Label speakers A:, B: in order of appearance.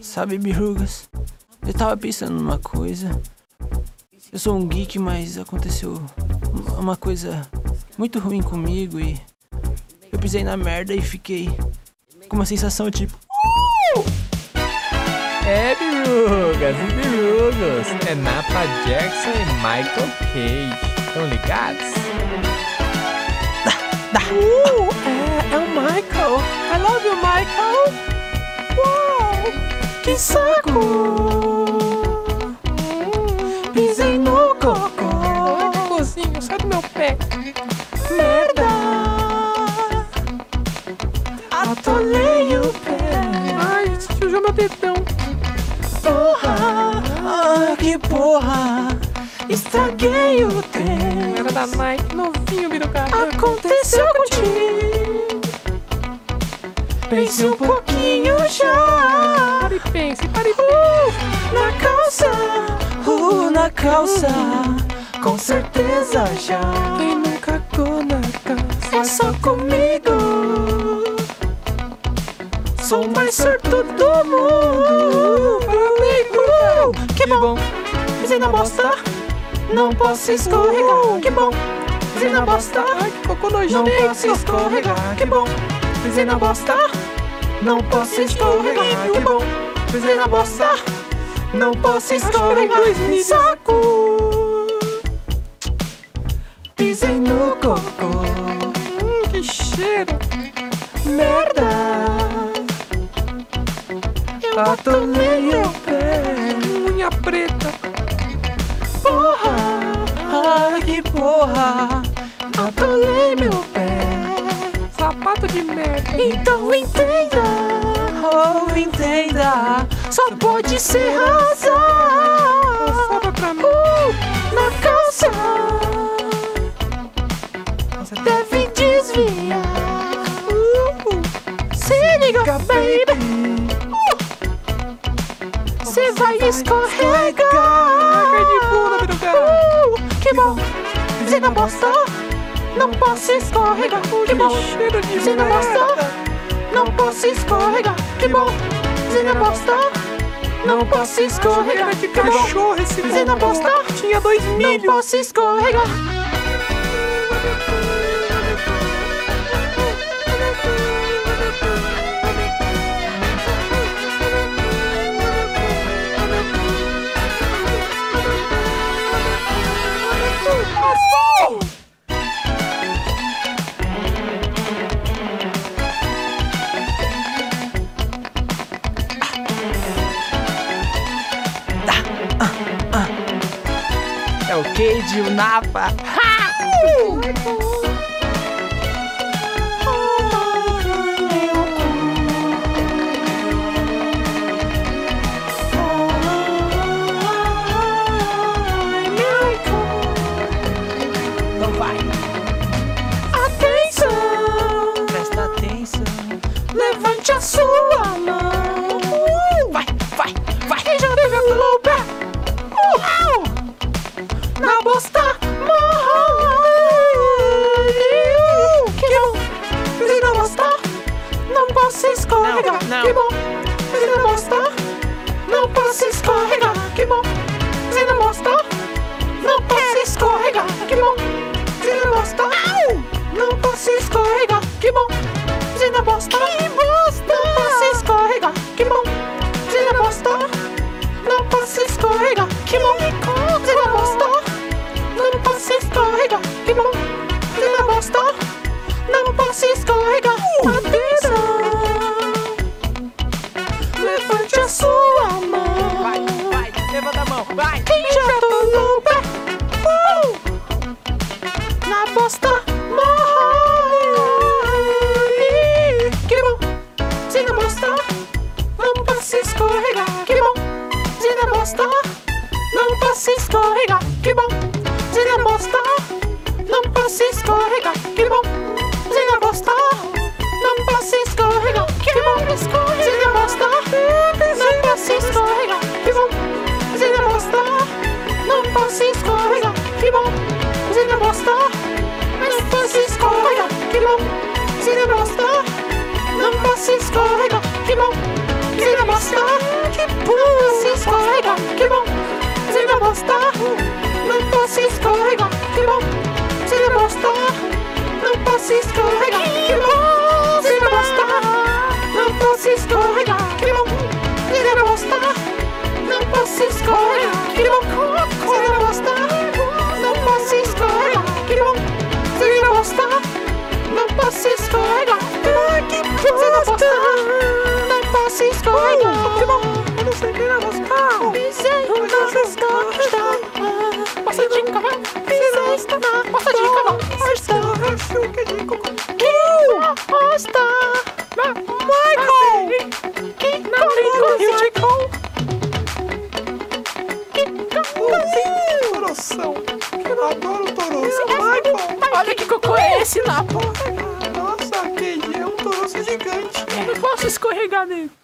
A: Sabe, Birrugas, eu tava pensando numa coisa. Eu sou um geek, mas aconteceu uma- uma coisa muito ruim comigo e eu pisei na merda e fiquei com uma sensação tipo.
B: É birugas e birugas. É Napa Jackson e Michael Cage. Estão ligados?
A: "Ah,
B: Uh, é, é o Michael. I love you, Michael. Uau, que saco. Pisei no cocô. Cozinho, sai do meu pé. Merda. Atolei o pé. Ai, sujou meu dedão. Porra,
A: ah, que porra! Estraguei o trem.
B: Era da Nike, novinho, birucado.
A: Ah. Aconteceu contigo. Pense um pouquinho já.
B: Pare e pense, pare e
A: Uh, na calça, uh, na calça, com certeza já.
B: Quem nunca cagou na
A: É
B: calça?
A: só comigo. Sou o mais sortudo do mundo. Uh, que bom, pisei na bosta. Não posso escorregar. Que bom, pisei na bosta.
B: Ai, que cocô
A: Não
B: nojento.
A: posso escorregar. Que bom, pisei na bosta. Não posso escorregar. Que bom, pisei na bosta. Não posso escorregar. Saco. Pisei no cocô.
B: Hum, que cheiro.
A: Merda! Eu atolei o pé,
B: Unha preta.
A: porra! Ai, que porra! Atolei meu pé,
B: Sapato de merda.
A: então entenda, oh, entenda, só pode ser razão
B: Sobe pra mim.
A: Uh, na calça, deve desviar. Uh, se liga, baby. Você vai
B: Cai
A: escorregar.
B: de bunda, birucado.
A: Uh, que bom, você não bosta. Não posso escorregar. Que bom,
B: Cheiro de
A: você não bosta.
B: merda.
A: Não posso escorregar. Que bom, você não bosta. Não posso escorregar.
B: Cheiro de
A: Que bom,
B: cachorro esse
A: Você não
B: cocô.
A: bosta?
B: Tinha dois
A: não
B: milhos.
A: posso escorregar.
B: Passou!
A: É o Cade e o Napa. Então vai. Atenção. Presta atenção. Levante a sua mão. Vai, vai, vai. Quem já teve a pé? Uhul! na bosta morro. Que bom, pisei na bosta, não posso
B: Não,
A: escorregar.
B: não.
A: Que bom, pisei na bosta, não posso escorregar. Que bom, pisei na bosta, não posso escorregar. Que bom, pisei na bosta, não posso escorregar. Que bom, pisei na bosta, que bosta, não posso escorregar. Que bom, pisei na bosta. Não posso escorregar, que bom Você não bosta Não posso escorregar, que bom Você não bosta Não posso escorregar Atenção Levante a sua mão
B: Vai, vai, levanta a mão, vai!
A: Quem já tomou pé uh! Na bosta morre Que bom Se não bosta Não posso escorregar Que bom Se não bosta Não posso escorregar Que bom Se não bosta Não posso escorregar Que bom Se não bosta Não posso escorregar Que bom Se não bosta Não posso escorregar Que bom você não bosta, não posso escorregar, que bom. Você não bosta, não posso escorregar, que bom. Você não bosta, não posso escorregar, que bom. Você não bosta, que bom, se escorrega, que bom. Você não bosta, não posso escorrega, que bom. Você não bosta, não posso escorrega, que bom. Você não bosta, não posso escorrega, que bom. Você não bosta, não posso escorrega, que bom. Você não bosta, não posso escorrega, que bom. Você não bosta, não posso escorrega, que bom. Você não bosta. Não posso escorregar. Que bom. Eu não sei quem é buscar. Pisei no nosso está. Passa de cama. Pisei está. Passa de cama. Está. Que bosta. Michael. Que comigo Que
C: Toroção. Eu adoro toroção. Michael.
A: comigo. Olha que cocô é esse lá, pô.
C: Nossa, que é um toroço gigante.
A: Eu não posso escorregar nele.